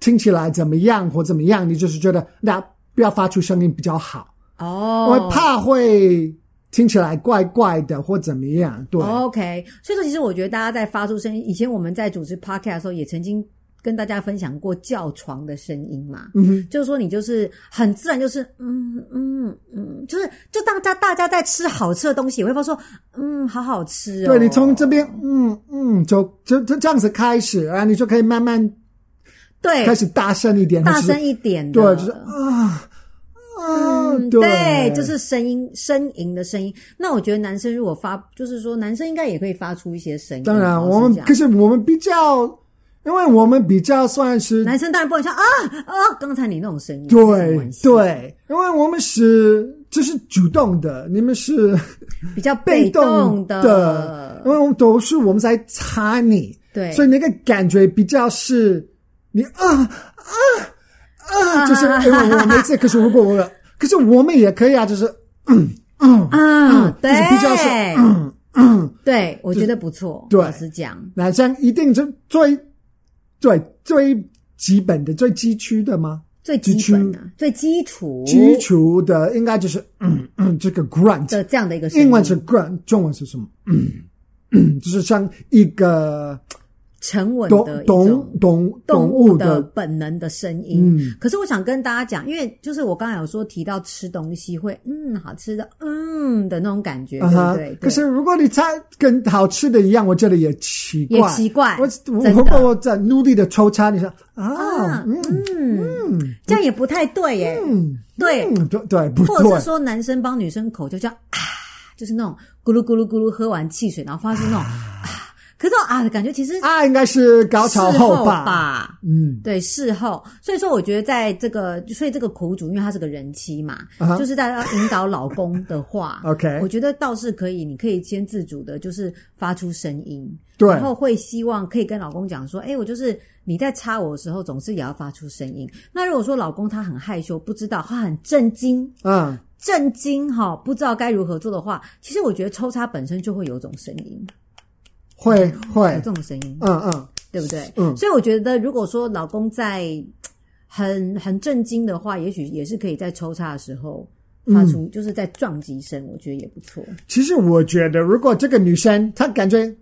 Speaker 2: 听起来怎么样或怎么样，你就是觉得那不要发出声音比较好，
Speaker 1: 哦，
Speaker 2: 因为怕会听起来怪怪的或怎么样。对，
Speaker 1: 哦 OK，所以说其实我觉得大家在发出声音，以前我们在组织 podcast 的时候，也曾经跟大家分享过叫床的声音嘛，
Speaker 2: 嗯哼，
Speaker 1: 就是说你就是很自然，就是嗯嗯嗯，就是就大家大家在吃好吃的东西，也会发说嗯好好吃哦，
Speaker 2: 对你从这边嗯嗯，就就就这样子开始，然后你就可以慢慢
Speaker 1: 对
Speaker 2: 开始大声一点，
Speaker 1: 大
Speaker 2: 或是
Speaker 1: 声一点的，
Speaker 2: 对，就是啊啊，
Speaker 1: 嗯，对，就是声音呻吟的声音。那我觉得男生如果发，就是说男生应该也可以发出一些声音。哦
Speaker 2: 当然，
Speaker 1: 老实
Speaker 2: 我们
Speaker 1: 讲
Speaker 2: 可是我们比较，因为我们比较算是
Speaker 1: 男生当然不能像啊啊，刚才你那种声音，没
Speaker 2: 对
Speaker 1: 关系，啊
Speaker 2: 对，因为我们是就是主动的，你们是
Speaker 1: 比较
Speaker 2: 被
Speaker 1: 动
Speaker 2: 动因为我们都是我们在擦你，
Speaker 1: 对
Speaker 2: 所以那个感觉比较是你啊啊啊，就是因为我每 次，可是如果我，可是我们也可以啊，就是嗯
Speaker 1: 啊，对，
Speaker 2: 就是比较是嗯嗯，
Speaker 1: 对，我觉得不错。
Speaker 2: 对
Speaker 1: 老实讲，
Speaker 2: 那这样一定就最对最基本的、最基础的吗？
Speaker 1: 最基本啊，最基础
Speaker 2: 基础的应该就是嗯嗯，这个 grunt
Speaker 1: 的这样的一个声音
Speaker 2: 英文是 grunt，中文是什么？嗯嗯，就是像一个
Speaker 1: 沉稳
Speaker 2: 动
Speaker 1: 的一种
Speaker 2: 动动
Speaker 1: 动
Speaker 2: 物
Speaker 1: 物的本能的声音。
Speaker 2: 嗯
Speaker 1: 可是我想跟大家讲，因为就是我刚才有说提到吃东西会嗯好吃的嗯的那种感觉，
Speaker 2: 啊哈
Speaker 1: 对不对？
Speaker 2: 可是如果你猜跟好吃的一样，我觉得也奇
Speaker 1: 对
Speaker 2: 怪。
Speaker 1: 也奇怪，
Speaker 2: 我我
Speaker 1: 真
Speaker 2: 如果
Speaker 1: 的
Speaker 2: 我在努力的抽插，你说啊
Speaker 1: 啊，嗯，这样也不太对耶，
Speaker 2: 嗯
Speaker 1: 对，
Speaker 2: 嗯，对对，不
Speaker 1: 或者
Speaker 2: 对
Speaker 1: 是，说男生帮女生口就叫啊，就是那种咕噜咕噜咕噜喝完汽水，然后发出那种啊，可是啊的感觉，其实
Speaker 2: 啊，应该是高潮
Speaker 1: 事
Speaker 2: 后
Speaker 1: 吧。
Speaker 2: 吧？嗯，
Speaker 1: 对，事后，所以说我觉得在这个，所以这个苦主，因为她是个人妻嘛
Speaker 2: 啊哈
Speaker 1: 就是大家要引导老公的话
Speaker 2: OK
Speaker 1: 我觉得倒是可以，你可以先自主的，就是发出声音，
Speaker 2: 对
Speaker 1: 然后会希望可以跟老公讲说，哎，我就是你在插我的时候，总是也要发出声音。那如果说老公他很害羞，不知道，他很震惊，
Speaker 2: 啊，
Speaker 1: 震惊哈、不知道该如何做的话，其实我觉得抽插本身就会有种声音，
Speaker 2: 会会
Speaker 1: 有，这种声音，
Speaker 2: 嗯嗯，
Speaker 1: 对不对？
Speaker 2: 嗯
Speaker 1: 所以我觉得，如果说老公在嘖很很震惊的话，也许也是可以在抽插的时候发出，就是在撞击声，我觉得也不错。
Speaker 2: 其实我觉得，如果这个女生她感觉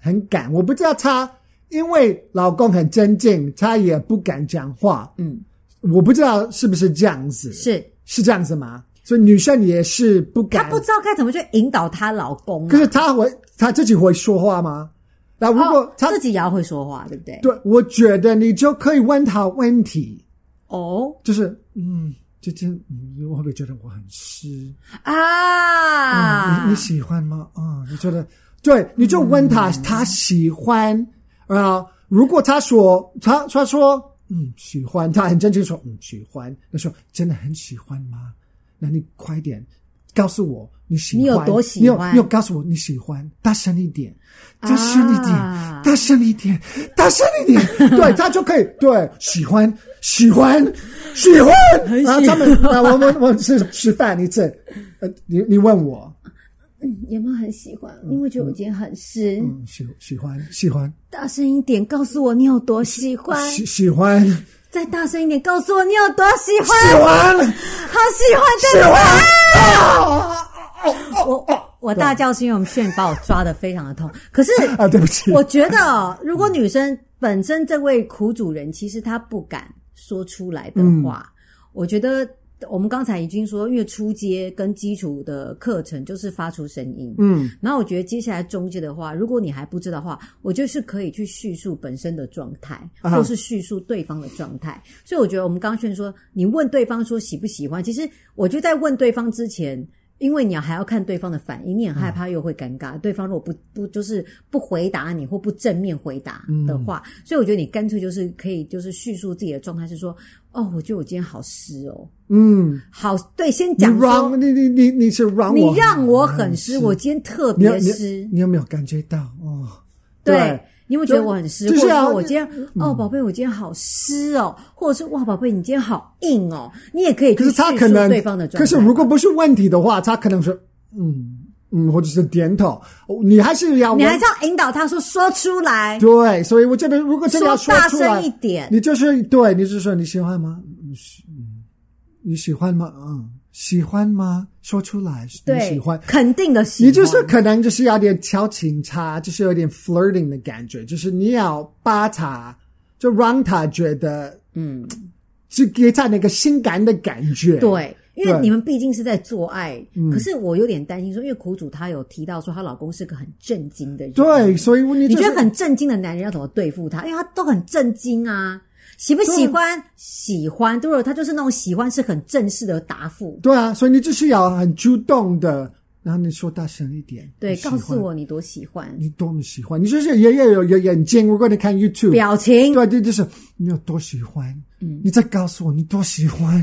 Speaker 2: 很敢，我不知道她因为老公很镇静，她也不敢讲话，
Speaker 1: 嗯，
Speaker 2: 我不知道是不是这样子，
Speaker 1: 是
Speaker 2: 是这样子吗？所以女生也是不
Speaker 1: 她
Speaker 2: 敢，
Speaker 1: 不知道该怎么去引导她老公、啊，
Speaker 2: 可是她会她自己会说话吗？那如果
Speaker 1: 哦
Speaker 2: 她、
Speaker 1: 自己也要会说话，对不对？
Speaker 2: 对，我觉得你就可以问她问题，
Speaker 1: 哦
Speaker 2: 就是嗯，这这，嗯我会不会觉得我很湿？
Speaker 1: 啊，
Speaker 2: 你你喜欢吗？啊、你觉得？对，你就问他，他喜欢啊、如果他说他他说嗯喜欢，他很正经说嗯喜欢，那说真的很喜欢吗？那你快点告诉我你喜欢，
Speaker 1: 你有多喜
Speaker 2: 你有
Speaker 1: 欢
Speaker 2: 你有告诉我你喜欢，大声一点，大声一点，
Speaker 1: 啊
Speaker 2: 大声一点，大声一点， 对他就可以对喜欢喜欢喜欢，
Speaker 1: 很
Speaker 2: 然后
Speaker 1: 喜
Speaker 2: 他们啊，我们我们是示范一次，呃，你你问我。
Speaker 1: 有没有很喜欢？因为觉得我今天很湿。
Speaker 2: 嗯，喜喜欢喜欢
Speaker 1: 大声一点，告诉我你有多喜欢。
Speaker 2: 喜喜欢喜
Speaker 1: 再大声一点，告诉我你有多喜欢。
Speaker 2: 欢
Speaker 1: 好喜欢，
Speaker 2: 喜
Speaker 1: 真的。
Speaker 2: 欢哦啊
Speaker 1: 我我我大叫是因为我们炫把我抓的非常的痛。可是
Speaker 2: 啊！对不 起，
Speaker 1: 我觉得哦，如果女生本
Speaker 2: 嗯
Speaker 1: 身这位苦主人其实她不敢说出来的话，我觉得我们刚才已经说，因为初阶跟基础的课程就是发出声音，嗯，然后我觉得接下来中阶的话，如果你还不知道的话，我觉得是可以去叙述本身的状态，
Speaker 2: 啊哈
Speaker 1: 或是叙述对方的状态。所以我觉得我们刚刚劝说，你问对方说喜不喜欢，其实我觉得在问对方之前。因为你还要看对方的反应，你很
Speaker 2: 嗯
Speaker 1: 害怕又会尴尬。对方如果不不就是不回答你或不正面回答
Speaker 2: 嗯
Speaker 1: 的话，所以我觉得你干脆就是可以就是叙述自己的状态，是说哦，我觉得我今天好湿哦，
Speaker 2: 嗯，
Speaker 1: 好，对，先
Speaker 2: 你
Speaker 1: 讲说
Speaker 2: wrong，你你你你是 wrong，
Speaker 1: 你
Speaker 2: 我嗯
Speaker 1: 让我很湿，我今天特
Speaker 2: 你有
Speaker 1: 别
Speaker 2: 你
Speaker 1: 湿，
Speaker 2: 你有没有感觉到哦？
Speaker 1: 对。你有没有觉得我很湿？
Speaker 2: 就
Speaker 1: 或
Speaker 2: 就
Speaker 1: 者
Speaker 2: 是啊
Speaker 1: 说我今天哦，宝贝，我今天好湿哦，或者是哇，宝贝，你今天好硬哦，你也可以
Speaker 2: 可
Speaker 1: 去叙
Speaker 2: 是他
Speaker 1: 述
Speaker 2: 可能，
Speaker 1: 对方的状态。
Speaker 2: 可是如果不是问题的话，他可能是嗯嗯，或者是点头，你还是要
Speaker 1: 你还
Speaker 2: 问
Speaker 1: 是要引导他说说出来，
Speaker 2: 对，所以我这边如果真的要
Speaker 1: 说
Speaker 2: 说
Speaker 1: 大
Speaker 2: 出来，
Speaker 1: 声一点
Speaker 2: 你就是对，你就说你喜欢吗？嗯喜嗯你喜欢吗？嗯，喜欢吗？说出来，你
Speaker 1: 对，
Speaker 2: 喜欢。
Speaker 1: 肯定的喜欢，
Speaker 2: 你就是可能就是要点调情他，就是有点 flirting 的感觉，就是你要把他，就让他觉得，
Speaker 1: 嗯，
Speaker 2: 就给他那个性感的感觉。，
Speaker 1: 对，因为
Speaker 2: 对嗯
Speaker 1: 你们毕竟是在做爱。可是我有点担心说，因为苦主她有提到说，她老公是个很震惊的人，
Speaker 2: 对，所以你
Speaker 1: 你
Speaker 2: 就是
Speaker 1: 觉得很震惊的男人要怎么对付他？因为他都很震惊啊，喜不喜欢？喜欢，对了，他就是那种喜欢是很正式的答复。
Speaker 2: 对啊，所以你就是要很主动的，然后你说大声一点，
Speaker 1: 对，
Speaker 2: 你喜
Speaker 1: 告
Speaker 2: 欢
Speaker 1: 诉我你多喜欢，
Speaker 2: 你多么喜欢，你就是也也有有眼睛。如果你看 YouTube，
Speaker 1: 表情
Speaker 2: 对对，就是你有多喜欢，嗯，你再告诉我你多喜欢，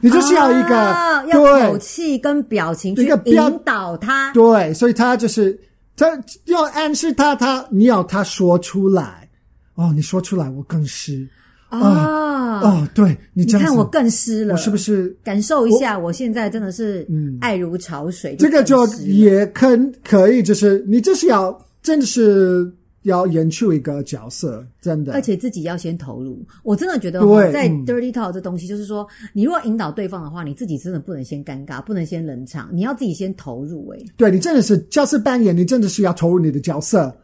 Speaker 2: 你就是要一个、
Speaker 1: 啊要口
Speaker 2: 对
Speaker 1: 气跟表情去
Speaker 2: 一个标
Speaker 1: 引导他。
Speaker 2: 对，所以他就是他要暗示他，他你要他说出来哦，你说出来我更湿
Speaker 1: 啊，
Speaker 2: 哦，对
Speaker 1: 你
Speaker 2: 你这样
Speaker 1: 看
Speaker 2: 子
Speaker 1: 我更湿了，
Speaker 2: 我是不是
Speaker 1: 感受一下，我现在真的是爱如潮水。
Speaker 2: 这个就
Speaker 1: 更湿了
Speaker 2: 也可可以，就是你就是要真的是要演出一个角色，真的，
Speaker 1: 而且自己要先投入。我真的觉得哦
Speaker 2: 对
Speaker 1: 在
Speaker 2: 嗯
Speaker 1: dirty talk 这东西，就是说，你如果引导对方的话，你自己真的不能先尴尬，不能先冷场，你要自己先投入、欸。
Speaker 2: 对你真的是角色扮演，你真的是要投入你的角色。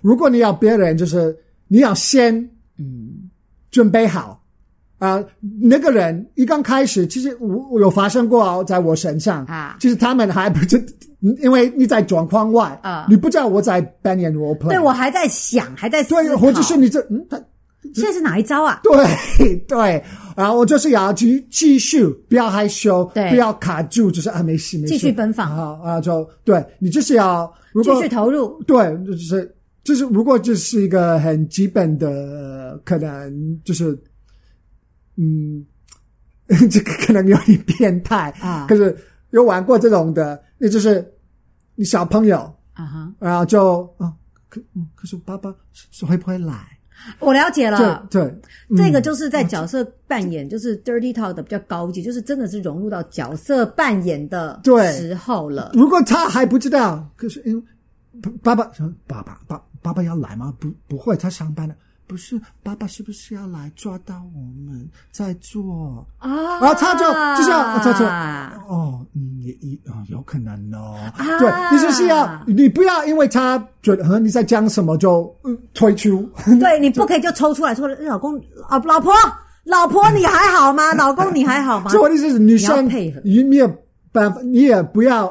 Speaker 2: 如果你要别人，就是你要先嗯准备好啊、那个人一刚开始，其实我我有发生过哦在我身上
Speaker 1: 啊
Speaker 2: 其实他们还不知，因为你在状况外
Speaker 1: 啊
Speaker 2: 你不知道我在扮演 role play，
Speaker 1: 对我还在想，还在思考
Speaker 2: 对，或者是你这嗯，他
Speaker 1: 现在是哪一招啊？
Speaker 2: 对对，然后我就是要继继续，不要害羞，
Speaker 1: 对
Speaker 2: 不要卡住，就是啊没事没事，
Speaker 1: 继续奔放
Speaker 2: 啊啊就对你就是要如
Speaker 1: 继
Speaker 2: 果
Speaker 1: 续投入，
Speaker 2: 对，就是就是，如果这是一个很基本的，呃可能就是，嗯， 这个可能有点变态
Speaker 1: 啊
Speaker 2: 可是有玩过这种的，那就是你小朋友，
Speaker 1: 啊哈，
Speaker 2: 然后就啊，可嗯，可是爸爸是是会不会来？
Speaker 1: 我了解
Speaker 2: 对嗯
Speaker 1: 了。
Speaker 2: 对，
Speaker 1: 啊这个就是在角色扮演，就是 dirty talk 的比较高级，就是真的是融入到角色扮演的
Speaker 2: 对
Speaker 1: 时候了。
Speaker 2: 如果他还不知道，可是因为爸爸爸爸爸爸爸要来吗？不不会，他上班了。不是，爸爸是不是要来抓到我们在做？
Speaker 1: 啊，
Speaker 2: 嗯然后他就就像他说哦，嗯，也也哦，有可能哦。
Speaker 1: 啊
Speaker 2: 对，你就是要你不要因为他觉得嗯你在讲什么就、嗯、退出，
Speaker 1: 对你不可以就抽出来说，老公啊，老婆，老婆你还好
Speaker 2: 嗯
Speaker 1: 吗？老公你还好 吗？
Speaker 2: 所以我的意思是，女生
Speaker 1: 你要配合
Speaker 2: 你没有办法，你也不要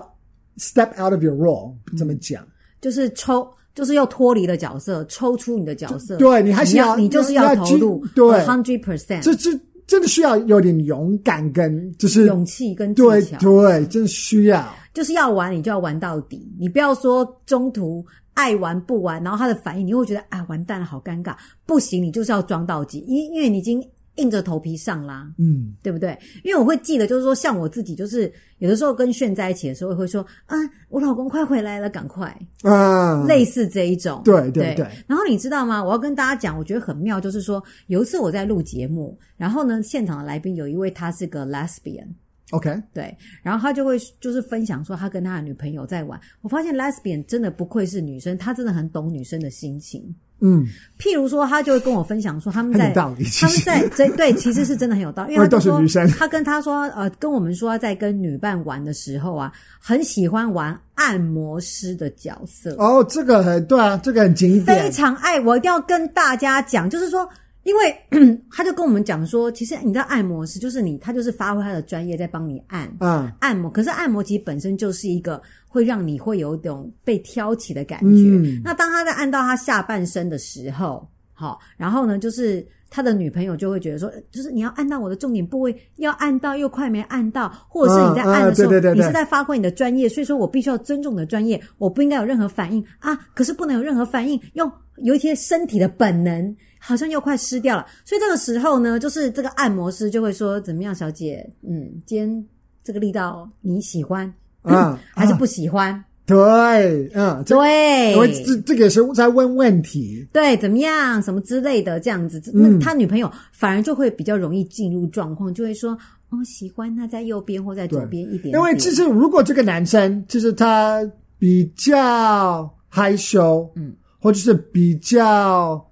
Speaker 2: step out of your role，怎么讲？
Speaker 1: 就是抽，就是又脱离了角色，抽出你的角色。
Speaker 2: 对你还是
Speaker 1: 你
Speaker 2: 要
Speaker 1: 你就是
Speaker 2: 要
Speaker 1: 投入
Speaker 2: 进对
Speaker 1: ，hundred percent
Speaker 2: 这这真的需要有点勇敢跟就是
Speaker 1: 勇气跟技
Speaker 2: 对
Speaker 1: 巧，
Speaker 2: 对，真的需要。
Speaker 1: 就是要玩你就要玩到底，你不要说中途爱玩不玩，然后他的反应你会觉得啊完蛋了，好尴尬，不行，你就是要装到底，因因为你已经硬着头皮上啦。
Speaker 2: 嗯，
Speaker 1: 对不对？因为我会记得，就是说，像我自己，就是有的时候跟炫在一起的时候，会说啊，我老公快回来了，赶快，
Speaker 2: 啊，
Speaker 1: 类似这一种。
Speaker 2: 对对对
Speaker 1: 然后你知道吗？我要跟大家讲，我觉得很妙，就是说，有一次我在录节目，然后呢，现场的来宾有一位他是个 lesbian，
Speaker 2: OK，
Speaker 1: 对，然后他就会就是分享说他跟他的女朋友在玩。我发现 lesbian 真的不愧是女生，她真的很懂女生的心情。
Speaker 2: 嗯，
Speaker 1: 譬如说，他就会跟我分享说他们
Speaker 2: 很
Speaker 1: 在
Speaker 2: 有道理。其
Speaker 1: 他们
Speaker 2: 实
Speaker 1: 在这 对其实是真的很有道理，因为
Speaker 2: 我
Speaker 1: 他就
Speaker 2: 都是
Speaker 1: 说
Speaker 2: 女生
Speaker 1: 他跟他说呃，跟我们说在跟女伴玩的时候啊，很喜欢玩按摩师的角色，
Speaker 2: 哦，这个很对啊，这个很经典
Speaker 1: 非。常爱。我一定要跟大家讲，就是说。因为 他就跟我们讲说，其实你知道按摩师就是你，他就是发挥他的专业在帮你按
Speaker 2: 啊，
Speaker 1: 按摩。可是按摩其实本身就是一个会让你会有一种被挑起的感觉。
Speaker 2: 嗯
Speaker 1: 那当他在按到他下半身的时候，好，然后呢，就是他的女朋友就会觉得说，呃就是你要按到我的重点部位，要按到又快没按到，或者是你在按的时候，
Speaker 2: 啊啊对对对对
Speaker 1: 你是在发挥你的专业，所以说我必须要尊重你的专业，我不应该有任何反应啊，可是不能有任何反应，用有一些身体的本能。好像又快湿掉了，所以这个时候呢，就是这个按摩师就会说：“怎么样，小姐？嗯，今天这个力道你喜欢、嗯
Speaker 2: 啊
Speaker 1: 还是
Speaker 2: 啊
Speaker 1: 不喜欢？
Speaker 2: 对，嗯，这
Speaker 1: 对，
Speaker 2: 因为这这个也是在问问题，
Speaker 1: 对，怎么样，什么之类的，这样子，那
Speaker 2: 嗯
Speaker 1: 他女朋友反而就会比较容易进入状况，就会说，哦，喜欢他在右边或在左边一点点
Speaker 2: 因为其实如果这个男生就是他比较害羞，
Speaker 1: 嗯，
Speaker 2: 或者是比较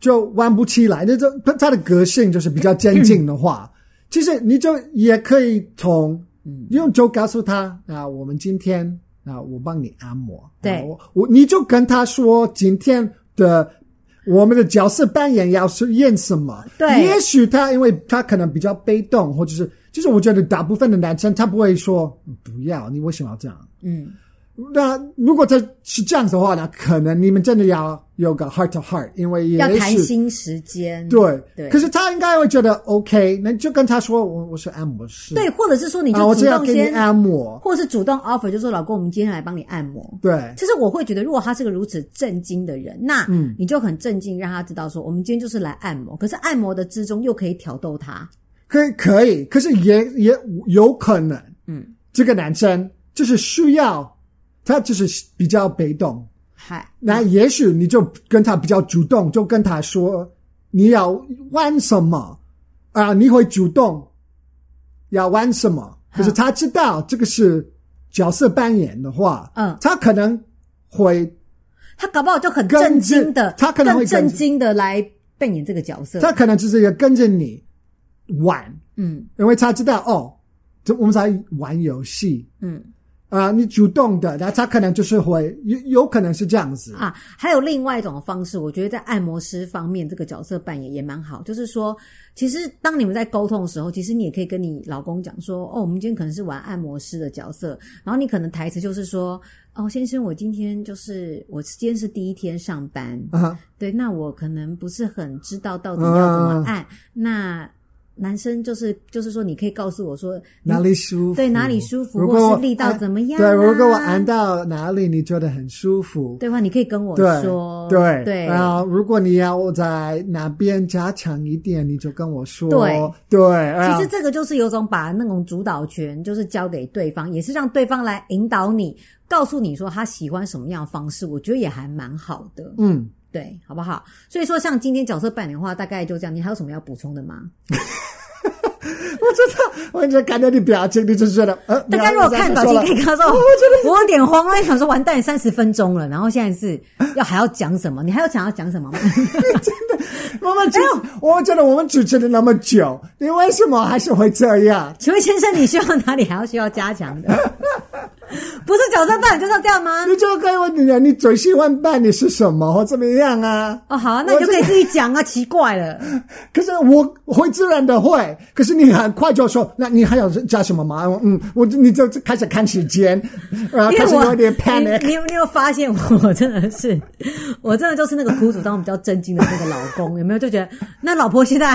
Speaker 2: 就玩不起来，那种他他的个性就是比较坚劲的话，其实你就也可以从，
Speaker 1: 嗯
Speaker 2: 用就告诉他啊，我们今天啊，我帮你按摩，
Speaker 1: 对
Speaker 2: 啊我我你就跟他说今天的。我们的角色扮演要是演什么？
Speaker 1: 对
Speaker 2: 也许他因为他可能比较被动，或者是就是我觉得大部分的男生他不会说嗯不要，你为什么要这样？
Speaker 1: 嗯，
Speaker 2: 那如果他是这样子的话呢，可能你们真的要有个 heart to heart，因为也
Speaker 1: 要谈
Speaker 2: 许
Speaker 1: 心时间，
Speaker 2: 对
Speaker 1: 对
Speaker 2: 可是他应该会觉得 OK，那就跟他说我我是按摩师，
Speaker 1: 对，或者是说你
Speaker 2: 啊，我
Speaker 1: 就主
Speaker 2: 是要
Speaker 1: 动
Speaker 2: 给你
Speaker 1: 先，
Speaker 2: 按摩，
Speaker 1: 或者是主动 offer，就说老公，我们今天来帮你按摩。
Speaker 2: 对
Speaker 1: 其实我会觉得，如果他是个如此震惊的人，那
Speaker 2: 嗯
Speaker 1: 你就很震惊，让他知道说，我们今天就是来按摩。可是按摩的之中又可以挑逗他，
Speaker 2: 可以可以，可是也也有可能
Speaker 1: 嗯，
Speaker 2: 这个男生就是需要他就是比较被动，
Speaker 1: 嗨，
Speaker 2: 那也许你就跟他比较主动，就跟他说你要玩什么啊，你会主动要玩什么。可是他知道这个是角色扮演的话，
Speaker 1: 嗯
Speaker 2: 他可能会，
Speaker 1: 他搞不好就很
Speaker 2: 跟
Speaker 1: 震惊的，
Speaker 2: 着他可能会
Speaker 1: 更
Speaker 2: 跟
Speaker 1: 震
Speaker 2: 着
Speaker 1: 惊的来扮演这个角色。
Speaker 2: 他可能就是也跟着你玩，
Speaker 1: 嗯
Speaker 2: 因为他知道哦，这我们在玩游戏
Speaker 1: 嗯
Speaker 2: 啊，你主动的，那他可能就是会有有可能是这样子
Speaker 1: 啊，还有另外一种方式，我觉得在按摩师方面，这个角色扮演也蛮好。就是说，其实当你们在沟通的时候，其实你也可以跟你老公讲说，哦，我们今天可能是玩按摩师的角色，然后你可能台词就是说，哦，先生，我今天就是我今天是第一天上班，
Speaker 2: 啊，
Speaker 1: 对，那我可能不是很知道到底要怎么按。那男生就是就是说，你可以告诉我说
Speaker 2: 哪里舒服？
Speaker 1: 对哪里舒服，
Speaker 2: 如
Speaker 1: 或
Speaker 2: 果
Speaker 1: 是
Speaker 2: 我
Speaker 1: 力道
Speaker 2: 按
Speaker 1: 怎么样、啊？
Speaker 2: 对，如果我按到哪里你觉得很舒服，
Speaker 1: 对话，你可以跟我
Speaker 2: 对
Speaker 1: 说，
Speaker 2: 对
Speaker 1: 对
Speaker 2: 然后如果你要在哪边加强一点，你就跟我说。
Speaker 1: 对
Speaker 2: 对，哎然
Speaker 1: 其
Speaker 2: 后
Speaker 1: 实这个就是有种把那种主导权就是交给对方，也是让对方来引导你，告诉你说他喜欢什么样的方式，我觉得也还蛮好的，
Speaker 2: 嗯，
Speaker 1: 对，好不好？所以说，像今天角色扮演的话，大概就这样。你还有什么要补充的吗？
Speaker 2: 我就看到你表情，你就觉得呃，
Speaker 1: 大家如果看表情，可以
Speaker 2: 以。
Speaker 1: 看到说， 我有点慌了，想说完蛋，三十分钟了，然后现在是要还要讲什么？你还有想要讲什 么吗？
Speaker 2: 我们
Speaker 1: 哎
Speaker 2: 主，我觉得我们主持了那么久，你为什么还是会这样？
Speaker 1: 请问先生，你需要哪里还要需要加强的？ 不是角色扮演就是要这样吗？
Speaker 2: 你就跟我讲，你最喜欢扮你是什么或怎么样啊？
Speaker 1: 哦，好啊，那你就可以自己讲啊，奇怪了。
Speaker 2: 可是我会自然的会，可是你很快就说，那你还要加什么吗？嗯，我你就开始看时间，然后
Speaker 1: 因
Speaker 2: 啊开
Speaker 1: 为
Speaker 2: 始
Speaker 1: 我
Speaker 2: 有点
Speaker 1: 你
Speaker 2: panic。
Speaker 1: 你有你有发现我真的是， 我真的就是那个苦主当中比较震惊的那个老公，有没有？就觉得那老婆现在，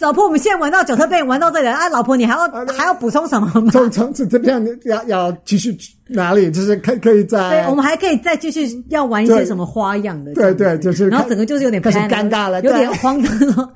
Speaker 1: 老婆我们现在玩到角色扮演玩到这里了啊，老婆你还要还要补充什么吗？
Speaker 2: 从从此这边你要要继续哪里？就是可可以在
Speaker 1: 对，我们还可以再继续要玩一些什么花样的这样子，
Speaker 2: 对对就是
Speaker 1: 然后
Speaker 2: 开
Speaker 1: 整个就是有点
Speaker 2: 开始
Speaker 1: panic，
Speaker 2: 尴尬了
Speaker 1: 有
Speaker 2: 对
Speaker 1: 点慌张 了。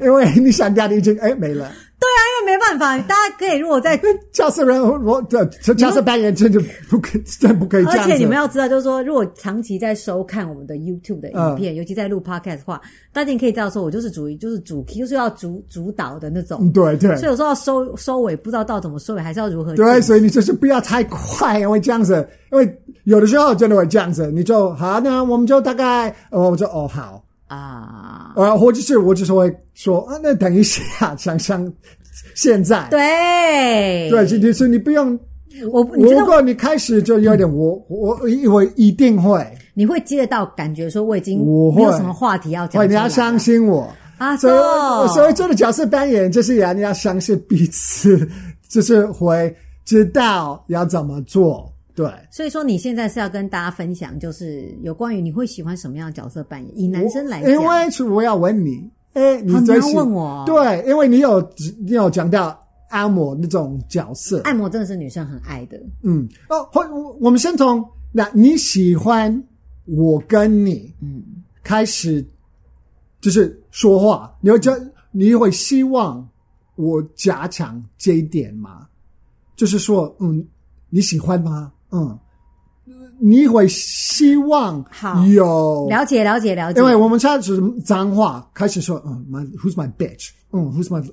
Speaker 2: 因为你想家的已经哎没了。
Speaker 1: 对啊，因为没办法，大家可以如果在，
Speaker 2: 角色人我的角色扮演真的不可真不可以这
Speaker 1: 而
Speaker 2: 样子。
Speaker 1: 且你们要知道，就是说，如果长期在收看我们的 YouTube 的
Speaker 2: 嗯
Speaker 1: 影片，尤其在录 Podcast 的话，大家也可以知道说，我就是主就是主 key，就是要主主导的那种
Speaker 2: 嗯。对对
Speaker 1: 所以有时候要收收尾，不知道到怎么收尾，还是要如何
Speaker 2: 对，
Speaker 1: 进行
Speaker 2: 所以你就是不要太快，因为这样子，因为有的时候真的会这样子，你就好，那我们就大概，呃我们就哦好，
Speaker 1: 啊。
Speaker 2: 呃，或者是我就是会说啊，那等一下，想想现在，
Speaker 1: 对
Speaker 2: 对，就是你不用
Speaker 1: 我你知
Speaker 2: 如
Speaker 1: 道
Speaker 2: 果你开始就有点我我我一定会，
Speaker 1: 你会接得到感觉说我已经
Speaker 2: 我会
Speaker 1: 没有什么话题要讲出来
Speaker 2: 会
Speaker 1: 了，
Speaker 2: 你要相信我。
Speaker 1: 啊，
Speaker 2: 所以，
Speaker 1: so
Speaker 2: 所以做的角色扮演就是人要相信彼此， 就是会知道要怎么做。对，
Speaker 1: 所以说你现在是要跟大家分享，就是有关于你会喜欢什么样的角色扮演，以男生来讲，
Speaker 2: 因为是我要问你，哎，你
Speaker 1: 哦你
Speaker 2: 最
Speaker 1: 要
Speaker 2: 喜
Speaker 1: 问我
Speaker 2: 对，因为你有你有讲到按摩那种角色，
Speaker 1: 按摩真的是女生很爱的。
Speaker 2: 嗯，哦，或我们先从那你喜欢我跟你，嗯，开始就是说话，你会觉你会希望我加强这一点吗？就是说，嗯，你喜欢吗？嗯，你会希望
Speaker 1: 好
Speaker 2: 有
Speaker 1: 了解了解了解，
Speaker 2: 因为我们现在是脏话，开始说，嗯，my who's my bitch，嗯，who's my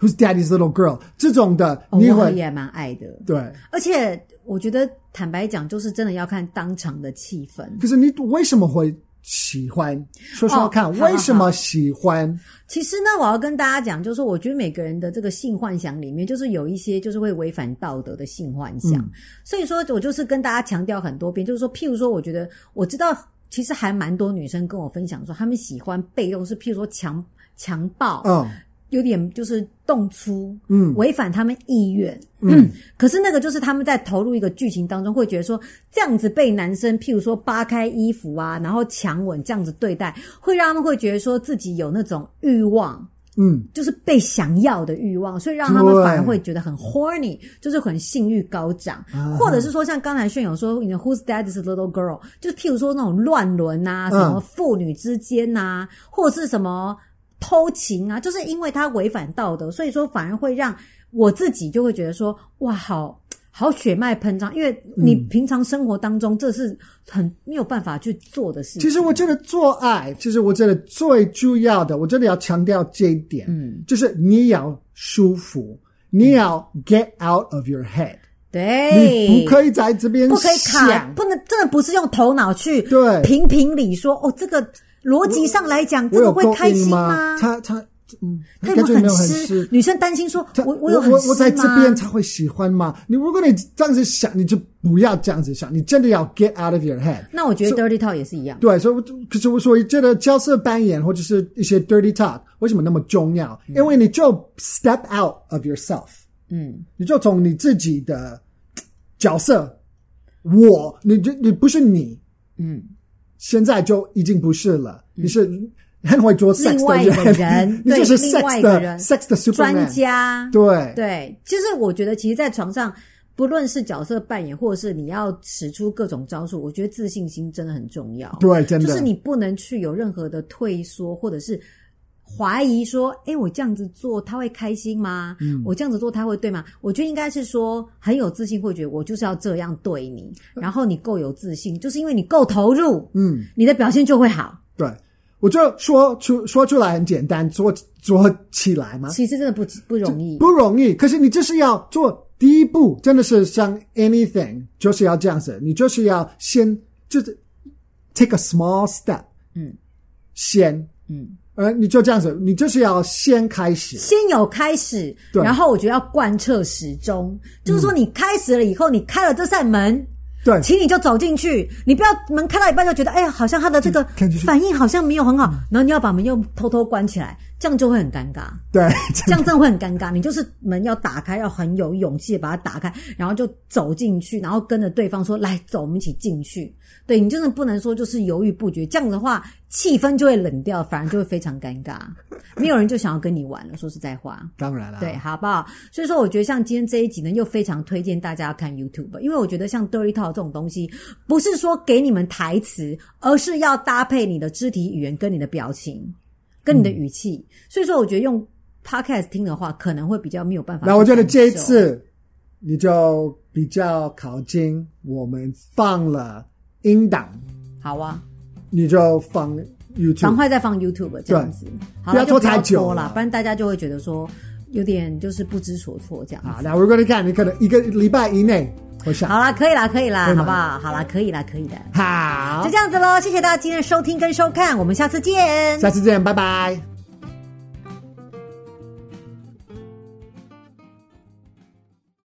Speaker 2: who's daddy's little girl 这种的，
Speaker 1: 哦
Speaker 2: 你
Speaker 1: 我
Speaker 2: 会
Speaker 1: 也蛮爱的，
Speaker 2: 对。
Speaker 1: 而且我觉得坦白讲，就是真的要看当场的气氛。
Speaker 2: 可是你为什么会喜欢？说说看，
Speaker 1: 哦好
Speaker 2: 为什么喜欢？
Speaker 1: 其实呢，我要跟大家讲，就是说我觉得每个人的这个性幻想里面，就是有一些就是会违反道德的性幻想。
Speaker 2: 嗯
Speaker 1: 所以说我就是跟大家强调很多遍，就是说，譬如说，我觉得我知道，其实还蛮多女生跟我分享说，她们喜欢被动是，譬如说强强暴，
Speaker 2: 嗯
Speaker 1: 有点就是动粗，
Speaker 2: 嗯
Speaker 1: 违反他们意愿。嗯，可是那个就是他们在投入一个剧情当中，会觉得说这样子被男生，譬如说扒开衣服啊，然后强吻这样子对待，会让他们会觉得说自己有那种欲望。
Speaker 2: 嗯，
Speaker 1: 就是被想要的欲望，所以让他们
Speaker 2: 对啊
Speaker 1: 反而会觉得很 horny，就是很性欲高涨，或者是说像刚才炫友说，你的 Who's Dad is a Little Girl，就是譬如说那种乱伦啊，什
Speaker 2: 嗯
Speaker 1: 么父女之间呐、或者是什么偷情啊，就是因为他违反道德，所以说反而会让我自己就会觉得说，哇，好。好血脉喷张，因为你
Speaker 2: 嗯
Speaker 1: 平常生活当中这是很没有办法去做的事情。
Speaker 2: 其实我觉得做爱，其实我觉得最主要的，我真的要强调这一点，嗯，就是你要舒服，你要
Speaker 1: 嗯
Speaker 2: get out of your head，、
Speaker 1: 对，
Speaker 2: 你不可以在这边
Speaker 1: 哎不可以卡，
Speaker 2: 想。
Speaker 1: 不能真的不是用头脑去
Speaker 2: 对
Speaker 1: 评评理说哦，这个逻辑上来讲，这
Speaker 2: 我
Speaker 1: 个
Speaker 2: 有
Speaker 1: 会
Speaker 2: 够
Speaker 1: 开
Speaker 2: 硬
Speaker 1: 心
Speaker 2: 吗？他他嗯，
Speaker 1: 他
Speaker 2: 感
Speaker 1: 有
Speaker 2: 觉
Speaker 1: 没
Speaker 2: 没
Speaker 1: 有
Speaker 2: 有很
Speaker 1: 湿？女生担心说，
Speaker 2: 他
Speaker 1: 我
Speaker 2: 我
Speaker 1: 有很湿吗？
Speaker 2: 我我在这边才会喜欢嘛。你如果你这样子想，你就不要这样子想，你真的要 get out of your head。
Speaker 1: 那我觉得 dirty talk 也是一样。
Speaker 2: 对，所以我可是我所以这个角色扮演或者是一些 dirty talk 为什么那么重要？因为你就 step out of yourself，
Speaker 1: 嗯，
Speaker 2: 你就从你自己的嘖角色，我，你就你不是你，
Speaker 1: 嗯，
Speaker 2: 现在就已经不是了，你是很会做 sex
Speaker 1: 另外
Speaker 2: 的
Speaker 1: 一个
Speaker 2: 人，
Speaker 1: 人
Speaker 2: 你就
Speaker 1: 对
Speaker 2: 是
Speaker 1: 另外
Speaker 2: sex
Speaker 1: 一个
Speaker 2: 的
Speaker 1: 人
Speaker 2: sex 的 superman，
Speaker 1: 专家
Speaker 2: 对
Speaker 1: 对，其实我觉得，其实，在床上，不论是角色扮演，或者是你要使出各种招数，我觉得自信心真的很重要。
Speaker 2: 对真的
Speaker 1: 就是你不能去有任何的退缩，或者是怀疑说，诶，我这样子做他会开心吗？
Speaker 2: 嗯
Speaker 1: 我这样子做他会对吗？我觉得应该是说，很有自信，会觉得我就是要这样对你，
Speaker 2: 呃
Speaker 1: 然后你够有自信，就是因为你够投入，嗯，你的表现就会好。
Speaker 2: 对，我就说出说出来很简单，做做起来嘛，
Speaker 1: 其实真的不不容易，
Speaker 2: 啊不容易。可是你就是要做第一步，真的是像 anything，就是要这样子，你就是要先就是 take a small step，
Speaker 1: 嗯，
Speaker 2: 先，
Speaker 1: 嗯，
Speaker 2: 呃，你就这样子，你就是要先开始，
Speaker 1: 先有开始，
Speaker 2: 对嗯
Speaker 1: 然后我觉得要贯彻始终，就是说你开始了以后，你开了这扇门。
Speaker 2: 对
Speaker 1: 请你就走进去，你不要门开到一半就觉得，哎呀，好像他的这个
Speaker 2: 感觉是
Speaker 1: 反应好像没有很好，然后你要把门又偷偷关起来，这样就会很尴尬，
Speaker 2: 对，
Speaker 1: 这样真的会很尴尬。你就是门要打开，要很有勇气地把它打开，然后就走进去，然后跟着对方说，来走，我们一起进去。对你真的不能说就是犹豫不决，这样的话气氛就会冷掉，反而就会非常尴尬，没有人就想要跟你玩了。说实在话，
Speaker 2: 当然啦，
Speaker 1: 对，，好不好？所以说，我觉得像今天这一集呢，又非常推荐大家要看 YouTube，因为我觉得像 Dirty Talk 这种东西，不是说给你们台词，而是要搭配你的肢体语言跟你的表情，跟你的语气。
Speaker 2: 嗯
Speaker 1: 所以说，我觉得用 Podcast 听的话，可能会比较没有办法去感受。
Speaker 2: 那我觉得这一次你就比较靠近我们放了音档，
Speaker 1: 好啊，
Speaker 2: 你就放
Speaker 1: 赶
Speaker 2: YouTube，
Speaker 1: 快再放 YouTube 这样子，好
Speaker 2: 不要
Speaker 1: 了，就
Speaker 2: 拖
Speaker 1: 不要
Speaker 2: 太久
Speaker 1: 拖啦
Speaker 2: 了
Speaker 1: 不然大家就会觉得说有点就是不知所措这样子。
Speaker 2: 好，那如果你看，你可能一个礼拜以内，我想，
Speaker 1: 好啦，可以啦，可以啦，
Speaker 2: 可以
Speaker 1: 好
Speaker 2: 吗
Speaker 1: 不好？好啦，可以啦，可以的。
Speaker 2: 好
Speaker 1: 就，这样子喽，谢谢大家今天的收听跟收看，我们下次见，
Speaker 2: 下次见，拜拜。